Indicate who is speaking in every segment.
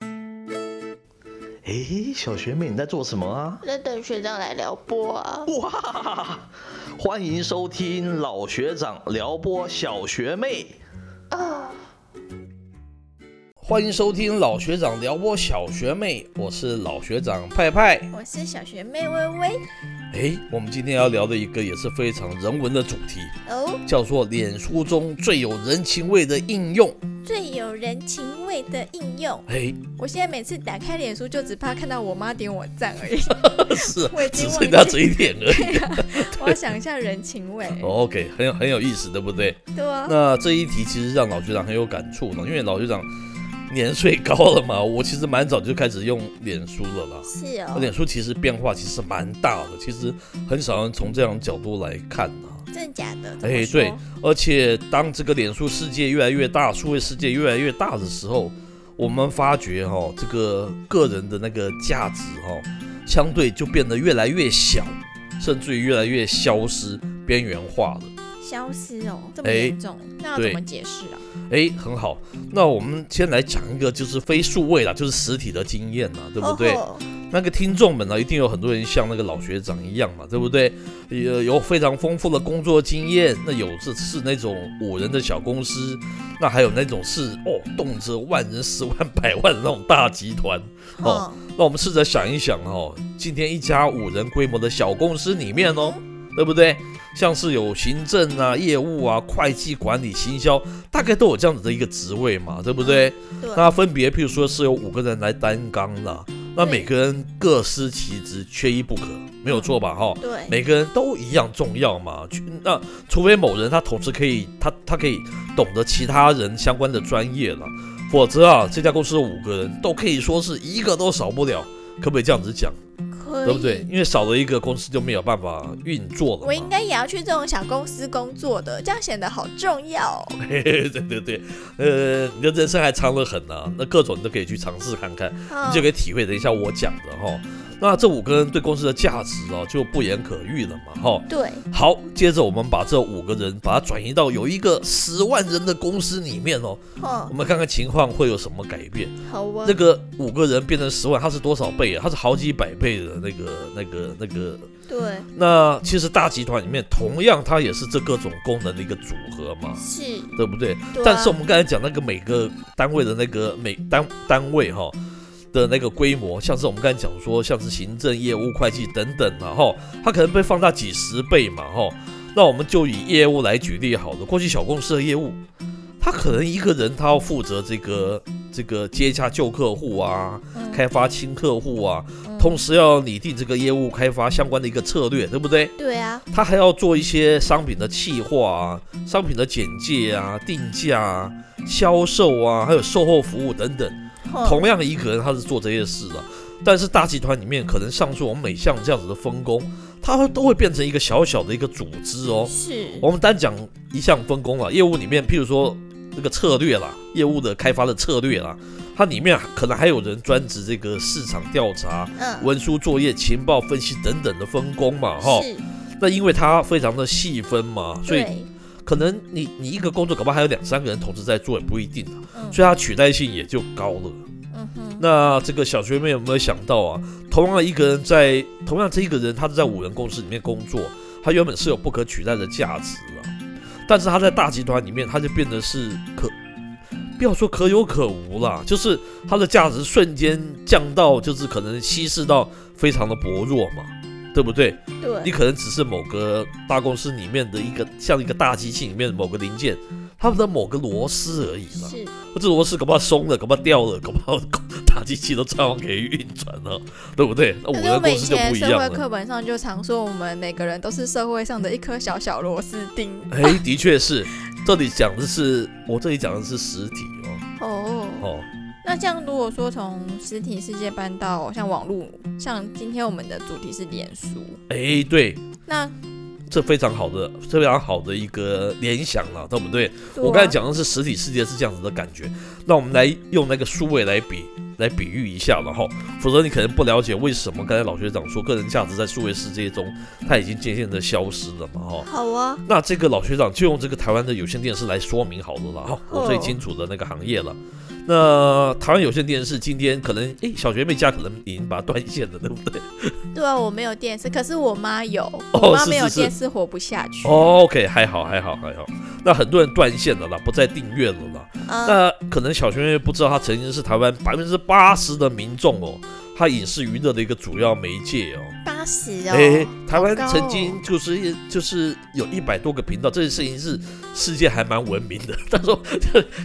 Speaker 1: 诶，哎小学妹你在做什么啊？
Speaker 2: 在等学长来撩拨啊！
Speaker 1: 哇，欢迎收听老学长撩拨小学妹。
Speaker 3: 哦
Speaker 1: 欢迎收听老学长撩拨小学妹，我是老学长派派。
Speaker 3: 我是小学妹微微
Speaker 1: 诶，我们今天要聊的一个也是非常人文的主题，
Speaker 3: 哦，
Speaker 1: 叫做脸书中最有人情味的应用。哎
Speaker 3: 最有人情味的应用。
Speaker 1: 诶，
Speaker 3: 我现在每次打开脸书，就只怕看到我妈点我赞而已。
Speaker 1: 是
Speaker 3: 我已
Speaker 1: 只
Speaker 3: 经
Speaker 1: 剩下
Speaker 3: 忘记
Speaker 1: 这一点而已。
Speaker 3: 对啊，我要想一下人情味。
Speaker 1: 哦 OK，很有很有意思，对不对？
Speaker 3: 对啊，
Speaker 1: 那这一题其实让老学长很有感触呢，因为老学长年岁高了嘛， 我其实蛮早就开始用脸书了啦。
Speaker 3: 是
Speaker 1: 那
Speaker 3: 哦，
Speaker 1: 脸书其实变化其实蛮大的，其实很少人从这样的角度来看啊。
Speaker 3: 真的假的？怎么
Speaker 1: 哎，
Speaker 3: 说
Speaker 1: 对，而且当这个脸书世界越来越大，数位世界越来越大的时候，我们发觉哈、哦，这个个人的那个价值哈、哦，相对就变得越来越小，甚至于越来越消失、边缘化了。
Speaker 3: 消失哦，这么
Speaker 1: 哎
Speaker 3: 严重，那要怎
Speaker 1: 对
Speaker 3: 么解释啊？
Speaker 1: 诶，哎很好。那我们先来讲一个就是非数位啦，就是实体的经验啦，对不对？
Speaker 3: 哦吼
Speaker 1: 那个听众们呢，一定有很多人像那个老学长一样嘛，对不对？有有非常丰富的工作经验，那有是是那种五人的小公司，那还有那种是哦动辄万人、十万、百万的那种大集团。哦
Speaker 3: 哦，
Speaker 1: 那我们试着想一想哦，今天一家五人规模的小公司里面哦，对不对？像是有行政啊、业务啊、会计、管理、行销，大概都有这样子的一个职位嘛，对不对？
Speaker 3: 嗯对
Speaker 1: 那分别，譬如说是有五个人来担纲啦，那
Speaker 3: 对
Speaker 1: 每个人各司其职，缺一不可，没有错吧？哈，
Speaker 3: 对，
Speaker 1: 每个人都一样重要嘛。去那除非某人他同时可以，他他可以懂得其他人相关的专业了，否则啊，这家公司的五个人都可以说是一个都少不了，可不可以这样子讲，
Speaker 3: 可以。
Speaker 1: 对不对？因为少了一个公司就没有办法运作了嘛。
Speaker 3: 我应该也要去这种小公司工作的，这样显得好重要、哦。
Speaker 1: 嘿嘿 对对对，呃，你的人生还长得很呢、那各种你都可以去尝试看看。
Speaker 3: 嗯
Speaker 1: 你就可以体会了一下我讲的哈。那这五个人对公司的价值哦，就不言可喻了嘛哈。
Speaker 3: 对，
Speaker 1: 好，接着我们把这五个人把它转移到有一个十万人的公司里面哦，
Speaker 3: 哦
Speaker 1: 我，们看看情况会有什么改变。
Speaker 3: 好啊
Speaker 1: 那，个五个人变成十万，它是多少倍啊？它是好几百倍的那个、那个、那个。
Speaker 3: 对，
Speaker 1: 那其实大集团里面同样它也是这各种功能的一个组合嘛，
Speaker 3: 是，
Speaker 1: 对不对？
Speaker 3: 对啊
Speaker 1: 但是我们刚才讲那个每个单位的那个每单单位哈、的那个规模，像是我们刚才讲说，像是行政、业务、会计等等嘛哈、它可能被放大几十倍嘛哈、那我们就以业务来举例好了，过去小公司的业务，它可能一个人他要负责这个这个接洽旧客户啊，
Speaker 3: 嗯
Speaker 1: 开发新客户啊，
Speaker 3: 嗯
Speaker 1: 同时要拟定这个业务开发相关的一个策略，对不对？
Speaker 3: 对啊，
Speaker 1: 他还要做一些商品的企划啊、商品的简介啊、定价啊、销售啊，还有售后服务等等。
Speaker 3: 哦
Speaker 1: 同样一个人他是做这些事的，但是大集团里面可能上述我们每项这样子的分工，它会都会变成一个小小的一个组织哦。
Speaker 3: 是
Speaker 1: 我们单讲一项分工了，啊业务里面，譬如说这个策略啦，业务的开发的策略啦，它里面啊可能还有人专职这个市场调查、
Speaker 3: 嗯，
Speaker 1: 文书作业、情报分析等等的分工嘛，哈。
Speaker 3: 是，
Speaker 1: 那因为它非常的细分嘛，所以
Speaker 3: 对，
Speaker 1: 可能你你一个工作，搞不好还有两三个人同时在做，也不一定啊，
Speaker 3: 嗯
Speaker 1: 所以它取代性也就高了。
Speaker 3: 嗯哼，
Speaker 1: 那这个小学妹有没有想到啊？同样一个人在同样这一个人，他是在五人公司里面工作，他原本是有不可取代的价值啊，但是他在大集团里面，他就变得是可。不要说可有可无啦，就是他的价值瞬间降到，就是可能稀释到非常的薄弱嘛，对不对？你
Speaker 3: 对，
Speaker 1: 可能只是某个大公司里面的一个，像一个大机器里面的某个零件，他们的某个螺丝而已嘛。
Speaker 3: 是，
Speaker 1: 这螺丝搞不好松了，搞不好掉了，搞不好大机器都照样可以运转了，对不对？那我
Speaker 3: 可是我
Speaker 1: 的公
Speaker 3: 们以
Speaker 1: 司就
Speaker 3: 前
Speaker 1: 不一
Speaker 3: 社
Speaker 1: 样
Speaker 3: 会
Speaker 1: 了。
Speaker 3: 课本上就常说，我们每个人都是社会上的一颗小小螺丝钉。
Speaker 1: 哎，的确是，这里讲的是我这里讲的是实体
Speaker 3: 哦，
Speaker 1: 哦，哦，
Speaker 3: 那这样如果说从实体世界搬到像网络，像今天我们的主题是脸书，
Speaker 1: 哎，对，
Speaker 3: 那
Speaker 1: 这非常好的，非常好的一个联想了，对不对？
Speaker 3: 对
Speaker 1: 我刚才
Speaker 3: 啊
Speaker 1: 讲的是实体世界是这样子的感觉，那我们来用那个数位来比来比喻一下了哈，否则你可能不了解为什么刚才老学长说个人价值在数位世界中它已经渐渐的消失了嘛哈。
Speaker 3: 好啊，
Speaker 1: 那这个老学长就用这个台湾的有线电视来说明好了啦哈，
Speaker 3: 哦
Speaker 1: 我最清楚的那个行业了。那台湾有线电视今天可能，诶，小学妹家可能已经把它断线了，对不 对？
Speaker 3: 对啊，我没有电视，可是我妈有，
Speaker 1: 哦
Speaker 3: 我妈
Speaker 1: 是
Speaker 3: 没有
Speaker 1: 是是
Speaker 3: 电视活不下去。
Speaker 1: 哦 OK，还好，还好，还好。那很多人断线了啦，不再订阅了啦。
Speaker 3: 嗯，
Speaker 1: 那可能小学妹不知道，她曾经是台湾百分之八十的民众哦，她影视娱乐的一个主要媒介哦。
Speaker 3: 八十哦，
Speaker 1: 诶，台湾
Speaker 3: 高
Speaker 1: 曾
Speaker 3: 哦
Speaker 1: 经就是一就是有一百多个频道，这件事情是世界还蛮文明的。 但是我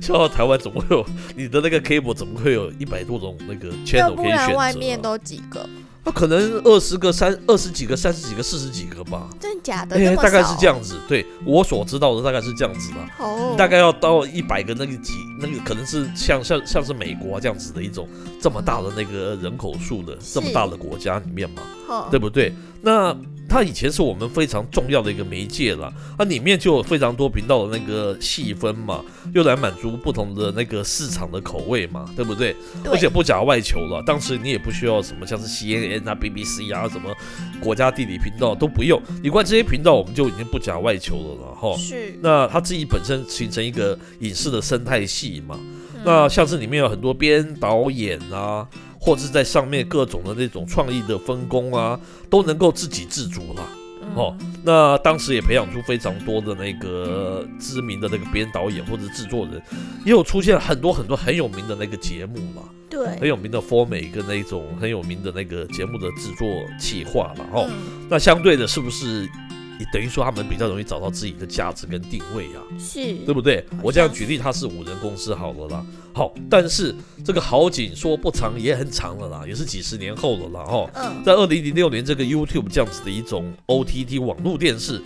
Speaker 1: 笑到台湾怎么会有你的那个 cable 怎么会有一百多种那个
Speaker 3: 要
Speaker 1: channel
Speaker 3: 不
Speaker 1: 可以选
Speaker 3: 然
Speaker 1: 择
Speaker 3: 外
Speaker 1: 啊？
Speaker 3: 面都几个？
Speaker 1: 那可能二十个、三二十几个、三十几个、四十几个吧。
Speaker 3: 真的假的？
Speaker 1: 哎、
Speaker 3: 那么
Speaker 1: 大概是
Speaker 3: 少
Speaker 1: 这。样子。对我所知道的大概是这样子啦。
Speaker 3: 哦，
Speaker 1: 大概要到一百个那个几那个可能是像像像是美国啊这样子的一种这么大的那个人口数的这么
Speaker 3: 是
Speaker 1: 大的国家里面嘛，
Speaker 3: 哦
Speaker 1: 对不对？那它以前是我们非常重要的一个媒介了，它里面就有非常多频道的那个细分嘛，又来满足不同的那个市场的口味嘛，对不对？
Speaker 3: 对
Speaker 1: 而且不假外求了，当时你也不需要什么像是 CNN 啊、BBC 啊什么国家地理频道都不用，你关这些频道我们就已经不假外求了了哈。
Speaker 3: 是
Speaker 1: 那它自己本身形成一个影视的生态系嘛。
Speaker 3: 嗯
Speaker 1: 那像是里面有很多编导演啊，或是在上面各种的那种创意的分工啊，都能够自给自足啦。
Speaker 3: 嗯
Speaker 1: 哦，那当时也培养出非常多的那个知名的那个编导演或者制作人，也有出现很多很多很有名的那个节目啦，
Speaker 3: 嗯对，
Speaker 1: 很有名的 f o r m 跟那种很有名的那个节目的制作企划啦。哦，
Speaker 3: 嗯，
Speaker 1: 那相对的是不是也等于说他们比较容易找到自己的价值跟定位啊？
Speaker 3: 是，
Speaker 1: 对不对
Speaker 3: 好？
Speaker 1: 我这样
Speaker 3: 像
Speaker 1: 举例，它是五人公司好了啦。好，但是这个好景说不长也很长了啦，也是几十年后了啦哈。
Speaker 3: 嗯，
Speaker 1: 在二零零六年，这个 YouTube 这样子的一种 OTT 网络电视，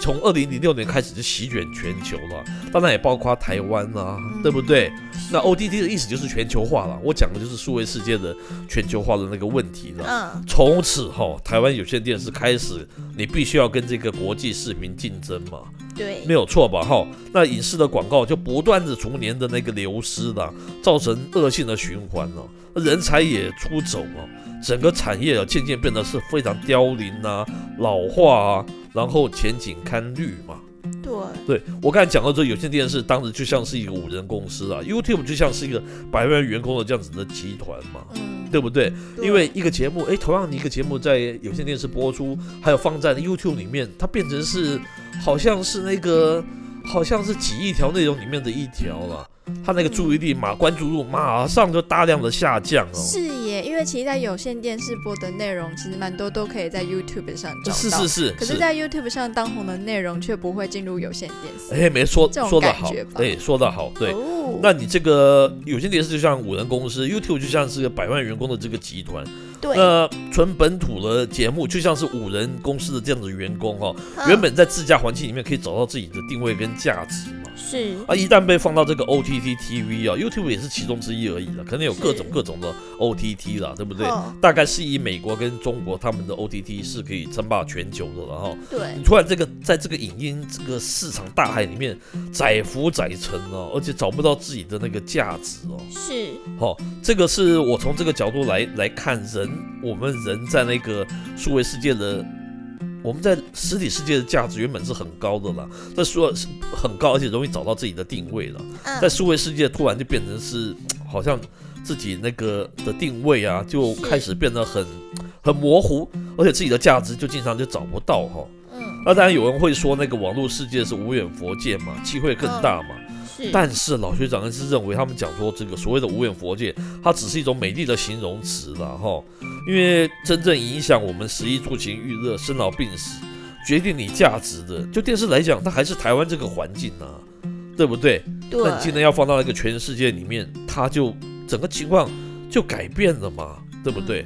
Speaker 1: 从二零零六年开始就席卷全球了，当然也包括台湾啦、
Speaker 3: 嗯
Speaker 1: 对不对？那 OTT 的意思就是全球化了，我讲的就是数位世界的全球化的那个问题了。
Speaker 3: 嗯，
Speaker 1: 从此哈、台湾有线电视开始，你必须要跟这个国际市民竞争嘛。
Speaker 3: 对，
Speaker 1: 没有错吧？哈，那影视的广告就不断的逐年的那个流失了，造成恶性的循环了、人才也出走了、整个产业啊渐渐变得是非常凋零啊、老化啊，然后前景堪虑嘛。
Speaker 3: 对，
Speaker 1: 对我刚才讲到这，有线电视当时就像是一个五人公司啊，YouTube 就像是一个百万员工的这样子的集团嘛，
Speaker 3: 嗯，
Speaker 1: 对不对？
Speaker 3: 对
Speaker 1: 因为一个节目，诶，同样的一个节目在有线电视播出，还有放在 YouTube 里面，它变成是好像是那个好像是几亿条内容里面的一条了，它那个注意力嘛，关注度马上就大量的下降哦。
Speaker 3: 是耶，因为其实，在有线电视播的内容，其实蛮多都可以在 YouTube 上
Speaker 1: 呃
Speaker 3: 找到。
Speaker 1: 是是是，
Speaker 3: 可是，在 YouTube 上当红的内容却不会进入有线电视。
Speaker 1: 哎，没说
Speaker 3: 这种
Speaker 1: 说的
Speaker 3: 感
Speaker 1: 好
Speaker 3: 觉吧，
Speaker 1: 哎，说的好，对。
Speaker 3: 哦
Speaker 1: 那你这个有线电视就像五人公司，YouTube 就像是个百万员工的这个集团，
Speaker 3: 对，嗯
Speaker 1: 那纯本土的节目就像是五人公司的这样子的员工哦，
Speaker 3: 嗯
Speaker 1: 原本在自家环境里面可以找到自己的定位跟价值嘛。
Speaker 3: 是
Speaker 1: 啊，一旦被放到这个 OTT TV 啊，YouTube 也是其中之一而已了，可能有各种
Speaker 3: 是
Speaker 1: 各种的 OTT 啦，对不对？
Speaker 3: 哦
Speaker 1: 大概是以美国跟中国他们的 OTT 是可以称霸全球的了哈。
Speaker 3: 对
Speaker 1: 你，突然这个在这个影音这个市场大海里面载浮载沉哦，而且找不到自己的那个价值哦。
Speaker 3: 是
Speaker 1: 哦，这个是我从这个角度来来看人，我们人在那个数位世界的，我们在实体世界的价值原本是很高的啦，在说是很高，而且容易找到自己的定位了，
Speaker 3: 嗯
Speaker 1: 在数位世界突然就变成是好像自己那个的定位啊，就是开始变得很很模糊，而且自己的价值就经常就找不到哈、
Speaker 3: 嗯
Speaker 1: 那当然有人会说那个网络世界是无远佛界嘛，机会更大嘛。
Speaker 3: 是，
Speaker 1: 但是老学长是认为，他们讲说这个所谓的无远佛界，它只是一种美丽的形容词啦，哈。因为真正影响我们食衣住行、娱乐、生老病死，决定你价值的，就电视来讲，它还是台湾这个环境呐、对不对？
Speaker 3: 对
Speaker 1: 那你今天要放到那个全世界里面，它就整个情况就改变了嘛，对不对？？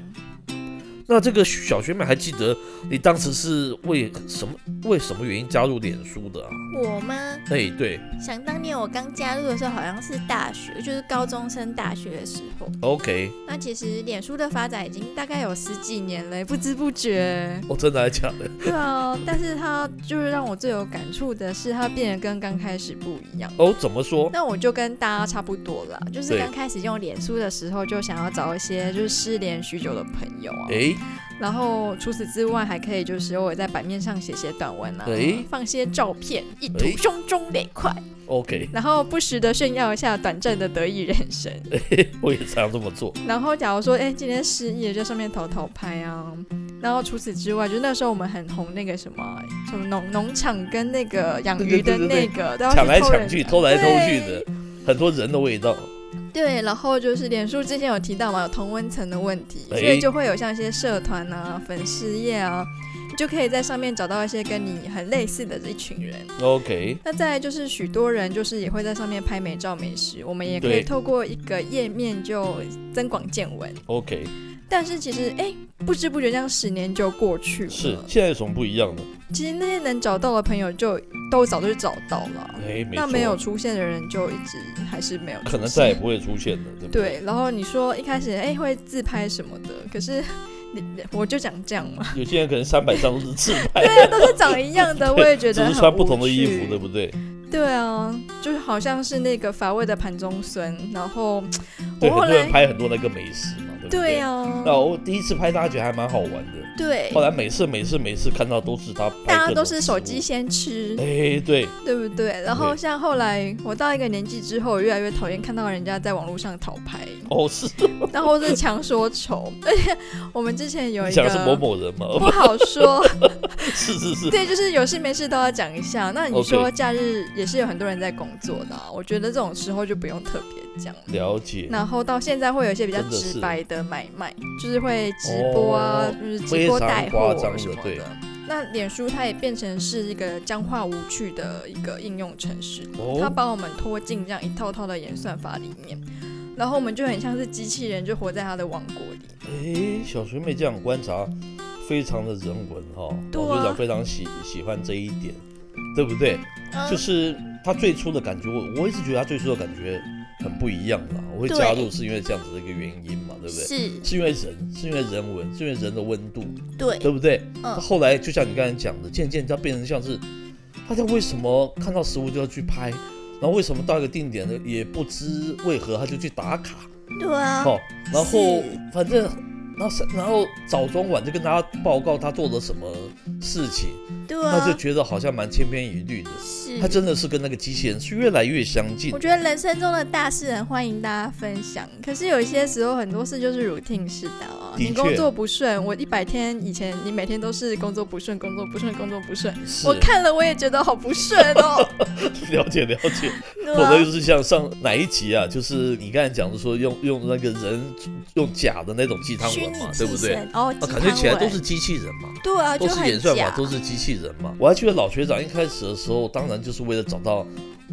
Speaker 1: 那这个小学妹还记得你当时是为什么为什么原因加入脸书的啊？
Speaker 3: 嗯我吗？
Speaker 1: 哎，对
Speaker 3: 想当年我刚加入的时候，好像是大学，就是高中升大学的时候。
Speaker 1: ，OK，
Speaker 3: 那其实脸书的发展已经大概有十几年了，不知不觉。
Speaker 1: 我、真的还假的
Speaker 3: 对啊，但是它就是让我最有感触的是，它变得跟刚开始不一样。
Speaker 1: 哦，怎么说？
Speaker 3: 那我就跟大家差不多了，就是
Speaker 1: 对
Speaker 3: 刚开始用脸书的时候，就想要找一些就是失联许久的朋友啊，
Speaker 1: 哎，
Speaker 3: 然后除此之外还可以就是偶尔在版面上写写短文啊，
Speaker 1: 诶
Speaker 3: 放些照片，一吐
Speaker 1: 诶
Speaker 3: 胸中那块，
Speaker 1: OK，
Speaker 3: 然后不时的炫耀一下短暂的得意人生。
Speaker 1: 我也常这么做。
Speaker 3: 然后假如说，哎，今天失忆了，就上面投投拍啊。然后除此之外，就是那时候我们很红那个什么什么农农场跟那个养
Speaker 1: 对对
Speaker 3: 鱼的
Speaker 1: 对对
Speaker 3: 那个，都要去
Speaker 1: 抢来
Speaker 3: 偷人
Speaker 1: 抢去，
Speaker 3: 家
Speaker 1: 偷来偷去。
Speaker 3: 对
Speaker 1: 的，很多人的味道。
Speaker 3: 对，然后就是脸书之前有提到嘛，有同温层的问题，
Speaker 1: 哎
Speaker 3: 所以就会有像一些社团啊、粉丝页啊，你就可以在上面找到一些跟你很类似的一群人。
Speaker 1: OK，
Speaker 3: 那再来就是许多人就是也会在上面拍美照、美食，我们也可
Speaker 1: 对
Speaker 3: 以透过一个页面就增广见闻。
Speaker 1: OK，
Speaker 3: 但是其实哎、不知不觉这样十年就过去了。
Speaker 1: 是现在有什么不一样呢？
Speaker 3: 其实那些能找到的朋友就都早就找到了，
Speaker 1: 哎，没
Speaker 3: 那
Speaker 1: 错，
Speaker 3: 没有出现的人就一直还是没有出现，
Speaker 1: 可能再也不会出现了，对不对？
Speaker 3: 对，然后你说一开始哎、会自拍什么的，可是 你我就讲这样 嘛，
Speaker 1: 有些人可能三百张都是自拍，
Speaker 3: 对啊，都是长一 样的，我也觉
Speaker 1: 只
Speaker 3: 得很
Speaker 1: 是穿不同的
Speaker 3: 无
Speaker 1: 衣
Speaker 3: 趣
Speaker 1: 服，对不对？
Speaker 3: 对啊，就是好像是那个乏味的盘中孙，然后
Speaker 1: 对，
Speaker 3: 我
Speaker 1: 很多
Speaker 3: 后
Speaker 1: 人
Speaker 3: 来
Speaker 1: 拍很多那个美食嘛，对不
Speaker 3: 对
Speaker 1: 呀。
Speaker 3: 啊，
Speaker 1: 那我第一次拍，大家觉得还蛮好玩的。
Speaker 3: 对
Speaker 1: 后，来每次每次每次看到都是他拍，
Speaker 3: 大家都是手机。先吃，
Speaker 1: 哎，对，
Speaker 3: 对不对？然后
Speaker 1: 对
Speaker 3: 像后来我到一个年纪之后，我越来越讨厌看到人家在网络上讨 拍，
Speaker 1: 哦，是
Speaker 3: 然后是强说丑，而且我们之前有
Speaker 1: 你
Speaker 3: 一
Speaker 1: 讲的是某
Speaker 3: 个。
Speaker 1: 某人吗？
Speaker 3: 不好 说，
Speaker 1: 是是是，
Speaker 3: 对，就是有事没事都要讲一下。那你说假日也是有很多人在工作的啊、我觉得这种时候就不用特别讲。
Speaker 1: 了解。
Speaker 3: 然后到现在会有一些比较
Speaker 1: 真的是
Speaker 3: 直白的买卖，就是会直播啊，
Speaker 1: 哦
Speaker 3: 就是直播带
Speaker 1: 非常
Speaker 3: 货
Speaker 1: 夸张的
Speaker 3: 什么
Speaker 1: 对
Speaker 3: 的。那脸书它也变成是一个僵化无趣的一个应用程式，它
Speaker 1: 哦，
Speaker 3: 把我们拖进这样一套套的演算法里面，然后我们就很像是机器人，就活在它的王国里。
Speaker 1: 哎，小学妹这样观察，非常的人文哈、哦。
Speaker 3: 对啊
Speaker 1: 我队长非常喜喜欢这一点，对不对？
Speaker 3: 嗯
Speaker 1: 就是他最初的感觉，我我一直觉得他最初的感觉很不一样啦。我会加入
Speaker 2: 对
Speaker 1: 是因为这样子的一个原因嘛，对不对？
Speaker 2: 是，
Speaker 1: 是因为人，是因为人文，是因为人的温度，
Speaker 2: 对，
Speaker 1: 对不对？
Speaker 2: 嗯
Speaker 1: 他后来就像你刚才讲的，渐渐它变成像是大家为什么看到食物就要去拍，然后为什么到一个定点呢，也不知为何他就去打卡。
Speaker 2: 对啊，
Speaker 1: 哦，然后
Speaker 2: 是
Speaker 1: 反正，然后是然后早中晚就跟大家报告他做了什么事情，
Speaker 2: 对
Speaker 1: 那就
Speaker 2: 啊，
Speaker 1: 觉得好像蛮千篇一律的。
Speaker 2: 是
Speaker 1: 他。真的是跟那个机器人是越来越相近
Speaker 3: 我。觉得人生中的大事很欢迎大家分享，可是有一些时候很多事就是 routine 式的哦。
Speaker 1: 的
Speaker 3: 你
Speaker 1: 确
Speaker 3: 工作不顺，我一百天以前你每天都是工作不顺，工作不顺，工作不顺，
Speaker 1: 是
Speaker 3: 我看了我也觉得好不顺 哦。
Speaker 1: 了解了解，
Speaker 3: 对
Speaker 1: 否则
Speaker 3: 啊
Speaker 1: 就是像上哪一集啊，就是你刚才讲的说用用那个人用假的那种鸡汤文嘛，对不对？啊，？
Speaker 3: 哦，鸡
Speaker 1: 感觉起来
Speaker 3: 汤文
Speaker 1: 都是机器人嘛，
Speaker 3: 对啊，
Speaker 1: 都
Speaker 3: 就是很
Speaker 1: 演算法，
Speaker 3: 假
Speaker 1: 都是机器人嘛。我还记得老学长一开始的时候，当然就是为了找到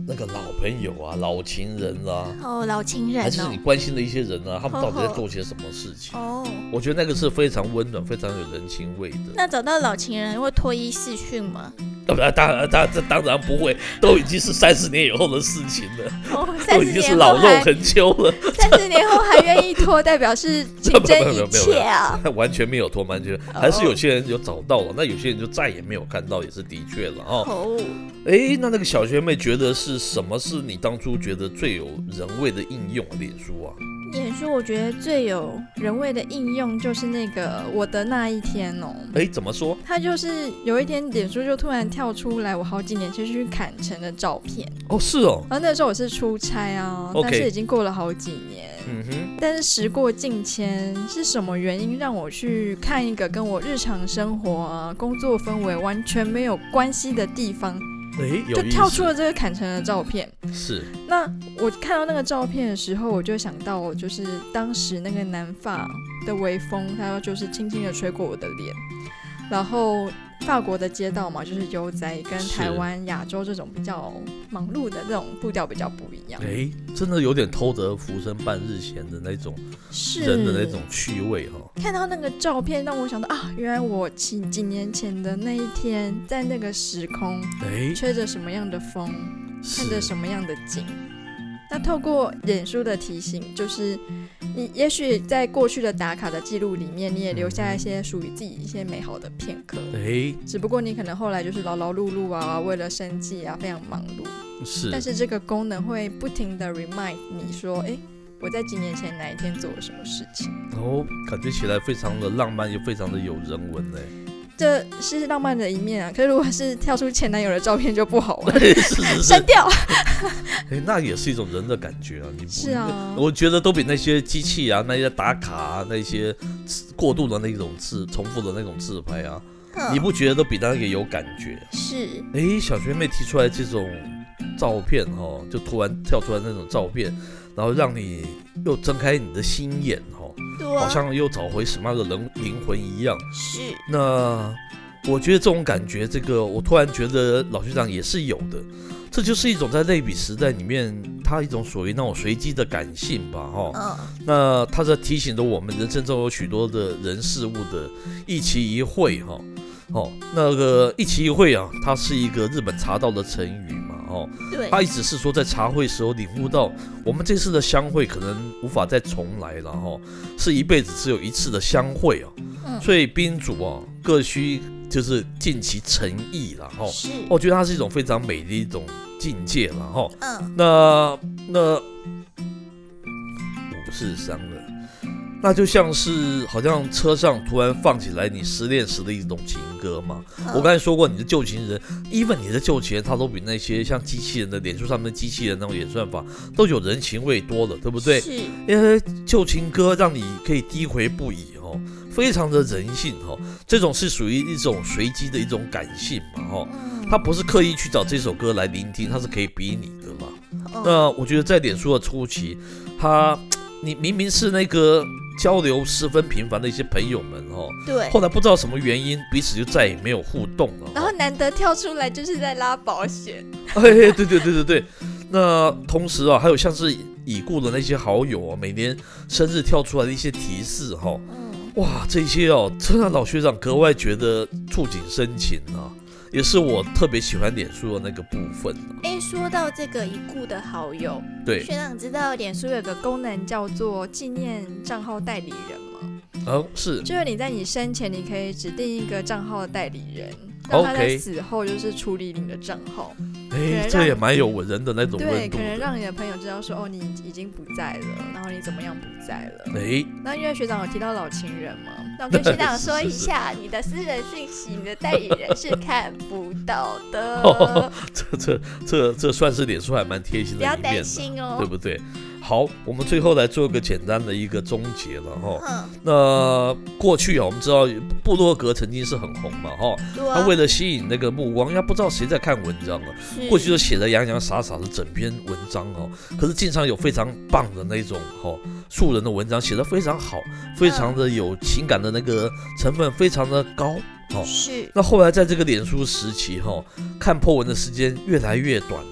Speaker 1: 那个老朋友啊、老情人啦、
Speaker 2: 哦，老情人
Speaker 1: 还是你
Speaker 2: 哦，
Speaker 1: 关心的一些人啊，他们到底在
Speaker 3: 呵呵
Speaker 1: 做些什么事情？
Speaker 2: 哦，
Speaker 1: 我觉得那个是非常温暖、非常有人情味的。
Speaker 2: 那找到老情人会脱衣试训吗？
Speaker 1: 当然，当然，当这当然不会，都已经是三十年以后的事情了，
Speaker 3: 哦，三
Speaker 1: 都
Speaker 3: 十
Speaker 1: 已经
Speaker 3: 年
Speaker 1: 是
Speaker 3: 后
Speaker 1: 老肉
Speaker 3: 还
Speaker 1: 横秋了，
Speaker 3: 三十年后还愿意拖，代 表是情真一切啊。
Speaker 1: 完全没有脱完
Speaker 3: 哦
Speaker 1: 全还是有些人有找到了，那有些人就再也没有看到，也是的确了哦。
Speaker 2: 哦，
Speaker 1: 诶，那那个小学妹觉得是什么是你当初觉得最有人味的应用啊？脸书啊，
Speaker 3: 演说我觉得最有人味的应用就是那个我的那一天哦。
Speaker 1: 诶，怎么说？
Speaker 3: 它就是有一天，脸书就突然跳出来我好几年前去砍城的照片，
Speaker 1: 哦，是哦，
Speaker 3: 然后那时候我是出差啊
Speaker 1: OK
Speaker 3: 但是已经过了好几年，
Speaker 1: 嗯哼，
Speaker 3: 但是时过境迁，是什么原因让我去看一个跟我日常生活啊、工作氛围完全没有关系的地方，
Speaker 1: 诶，有
Speaker 3: 就
Speaker 1: 意
Speaker 3: 跳出
Speaker 1: 思，
Speaker 3: 了这个砍城的照片？
Speaker 1: 是
Speaker 3: 那我看到那个照片的时候，我就想到，就是当时那个南法的微风，它就是轻轻的吹过我的脸。然后法国的街道嘛，就是悠哉，跟
Speaker 1: 是
Speaker 3: 台湾、亚洲这种比较忙碌的这种步调比较不一样。
Speaker 1: 诶，真的有点偷得浮生半日闲的那种
Speaker 3: 是
Speaker 1: 人的那种趣味哈、哦。
Speaker 3: 看到那个照片，让我想到啊，原来我几几年前的那一天，在那个时空
Speaker 1: 诶，
Speaker 3: 吹着什么样的风，看着
Speaker 1: 是
Speaker 3: 什么样的景。那透过脸书的提醒，就是你也许在过去的打卡的记录里面，你也留下一些属于自己一些美好的片刻。
Speaker 1: 诶，
Speaker 3: 只不过你可能后来就是劳劳碌碌啊，为了生计啊，非常忙碌。
Speaker 1: 是
Speaker 3: 但是这个功能会不停的 remind 你说，诶，我在几年前哪一天做了什么事情。
Speaker 1: 哦，感觉起来非常的浪漫，又非常的有人文哎。
Speaker 3: 这是浪漫的一面啊。可是如果是跳出前男友的照片就不好 玩，
Speaker 1: 是是是，
Speaker 3: 删掉。
Speaker 1: 哎，那也是一种人的感觉啊。你不
Speaker 3: 是啊，
Speaker 1: 我觉得都比那些机器啊、那些打卡啊、那些过度的那种自重复的那种自拍啊，
Speaker 2: 哼
Speaker 3: 嗯
Speaker 1: 你不觉得都比那个有感觉？
Speaker 2: 是
Speaker 1: 诶，小学妹提出来这种照片哦，就突然跳出来那种照片，然后让你又睁开你的心眼哦，
Speaker 2: 对
Speaker 1: 好
Speaker 2: 啊，
Speaker 1: 像又找回什么样的人灵魂一样。
Speaker 2: 是
Speaker 1: 那我觉得这种感觉，这个我突然觉得老学长也是有的，这就是一种在类比时代里面，它一种属于那种随机的感性吧，哦哈、
Speaker 2: 嗯，
Speaker 1: 那它在提醒着我们，人生中有许多的人事物的一期一会哈、哦，那个一期一会啊，它是一个日本茶道的成语嘛，哦，
Speaker 2: 对，
Speaker 1: 它意思是说在茶会时候领悟到，我们这次的相会可能无法再重来了哈、哦，是一辈子只有一次的相会哦，
Speaker 2: 嗯
Speaker 1: 所以宾主啊各需就是尽其诚意了哈、哦，
Speaker 2: 是
Speaker 1: 我觉得它是一种非常美的一种境界了哈、哦，
Speaker 2: 嗯，
Speaker 1: 那那五四三了，那就像是好像车上突然放起来你失恋时的一种情歌嘛。
Speaker 3: 嗯
Speaker 1: 我刚才说过，你的旧情人，even 你的旧情人，他都比那些像机器人的脸书上面的机器人那种演算法都有人情味多了，对不
Speaker 2: 不
Speaker 1: 对？
Speaker 2: 是
Speaker 1: 因为旧情歌让你可以低回不已哦，非常的人性哦，这种是属于一种随机的一种感性嘛哦，
Speaker 2: 嗯，
Speaker 1: 他不是刻意去找这首歌来聆听，他是可以比拟的嘛。
Speaker 2: 嗯
Speaker 1: 那我觉得在脸书的初期，他你明明是那个交流十分频繁的一些朋友们哦，
Speaker 2: 对
Speaker 1: 后来不知道什么原因，彼此就再也没有互动了、哦
Speaker 3: 然后难得跳出来就是在拉保险，
Speaker 1: 嘿嘿，哎对对对对对。那同时啊，还有像是已故的那些好友啊，每年生日跳出来的一些提示哈、
Speaker 2: 嗯
Speaker 1: 哇，这些哦，真让老学长格外觉得触景生情啊，也是我特别喜欢脸书的那个部分、啊。
Speaker 2: 哎，说到这个已故的好友，
Speaker 1: 对，
Speaker 3: 学长知道脸书有个功能叫做纪念账号代理人吗？
Speaker 1: 嗯，是
Speaker 3: 就是你在你生前，你可以指定一个账号的代理人，
Speaker 1: OK
Speaker 3: 让他在死后就是处理你的账号，
Speaker 1: 哎，
Speaker 3: 让
Speaker 1: 这也蛮有我人的那种
Speaker 3: 对，
Speaker 1: 温度
Speaker 3: 可能
Speaker 1: 的。
Speaker 3: 让你的朋友知道说哦，你已经不在了，然后你怎么样不在了。
Speaker 1: 哎，
Speaker 3: 那因为学长有提到老情人 嘛，
Speaker 2: 那我跟学长说一下，你的私人讯息，你的代理人是看不到
Speaker 1: 哦
Speaker 2: 的，
Speaker 1: 这这这这算是脸书还蛮贴心
Speaker 2: 不
Speaker 1: 的
Speaker 2: 要
Speaker 1: 一面
Speaker 2: 担
Speaker 1: 了，
Speaker 2: 心哦
Speaker 1: 对。不对？好，我们最后来做个简单的一个终结了哈。
Speaker 2: 嗯，
Speaker 1: 那过去啊，我们知道部落格曾经是很红嘛哈，
Speaker 2: 对
Speaker 1: 他
Speaker 2: 啊，
Speaker 1: 为了吸引那个目光，要不知道谁在看文章啊，
Speaker 2: 是
Speaker 1: 过去就写的洋洋洒洒的整篇文章哦，可是经常有非常棒的那种哦，素人的文章写的非常好，非
Speaker 2: 嗯
Speaker 1: 常的有情感的那个成分非常的高哦。
Speaker 2: 是
Speaker 1: 那后来在这个脸书时期哈、看破文的时间越来越短了。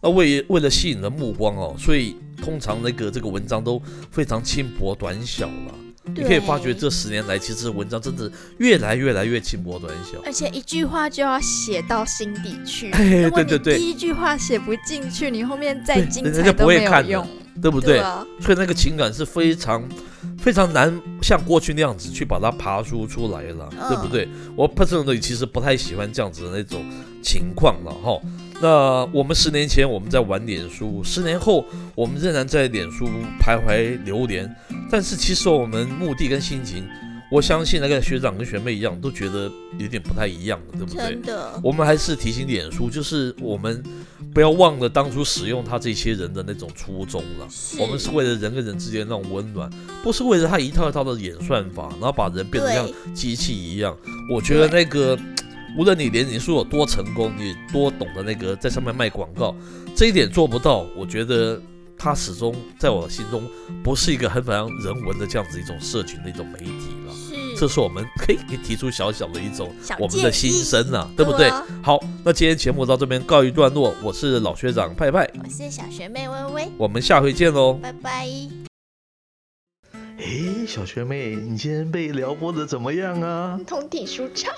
Speaker 1: 那为为了吸引人目光哦，所以通常那个这个文章都非常轻薄短小了。你可以发觉
Speaker 2: 对
Speaker 1: 这十年来，其实文章真的越来越来越轻薄短小。
Speaker 2: 而且一句话就要写到心底去，
Speaker 1: 哎，
Speaker 3: 如果
Speaker 1: 对
Speaker 3: 你
Speaker 1: 对对，
Speaker 3: 第一句话写不进去，你后面再
Speaker 1: 对
Speaker 3: 精
Speaker 1: 人家
Speaker 3: 彩
Speaker 1: 就
Speaker 3: 都
Speaker 1: 不会
Speaker 3: 没有
Speaker 1: 看了
Speaker 3: 用，
Speaker 1: 对不
Speaker 3: 对
Speaker 1: 对？
Speaker 3: 啊？
Speaker 1: 所以那个情感是非常非常难像过去那样子去把它爬梳出来了，
Speaker 2: 嗯
Speaker 1: 对不对？我 personally 其实不太喜欢这样子的那种情况了哈。那我们十年前我们在玩脸书，十年后我们仍然在脸书徘徊流连，但是其实我们目的跟心情，我相信那个学长跟学妹一样，都觉得有点不太一样了，对不对
Speaker 2: 真？的，
Speaker 1: 我们还是提醒脸书，就是我们不要忘了当初使用它这些人的那种初衷了。
Speaker 2: 是
Speaker 1: 我们是为了人跟人之间那种温暖，
Speaker 2: 嗯
Speaker 1: 不是为了他一套一套的演算法，然后把人变得像
Speaker 2: 对
Speaker 1: 机器一样。我觉得那个，无论你连你说有多成功，你多懂得那个在上面卖广告，这一点做不到，我觉得他始终在我心中不是一个很反常人文的这样子一种社群的一种媒体了。这
Speaker 2: 是
Speaker 1: 是我们可以提出小小的一种
Speaker 2: 小
Speaker 1: 我们的
Speaker 2: 建
Speaker 1: 心
Speaker 2: 议
Speaker 1: 声啊，对不对？
Speaker 2: 啊
Speaker 1: 好，那今天节目到这边告一段落，我是老学长派派，
Speaker 2: 我是小学妹微微，
Speaker 1: 我们下回见喽。
Speaker 2: 拜拜。
Speaker 4: 诶，哎小学妹，你今天被撩拨的怎么样啊？
Speaker 2: 通体舒畅。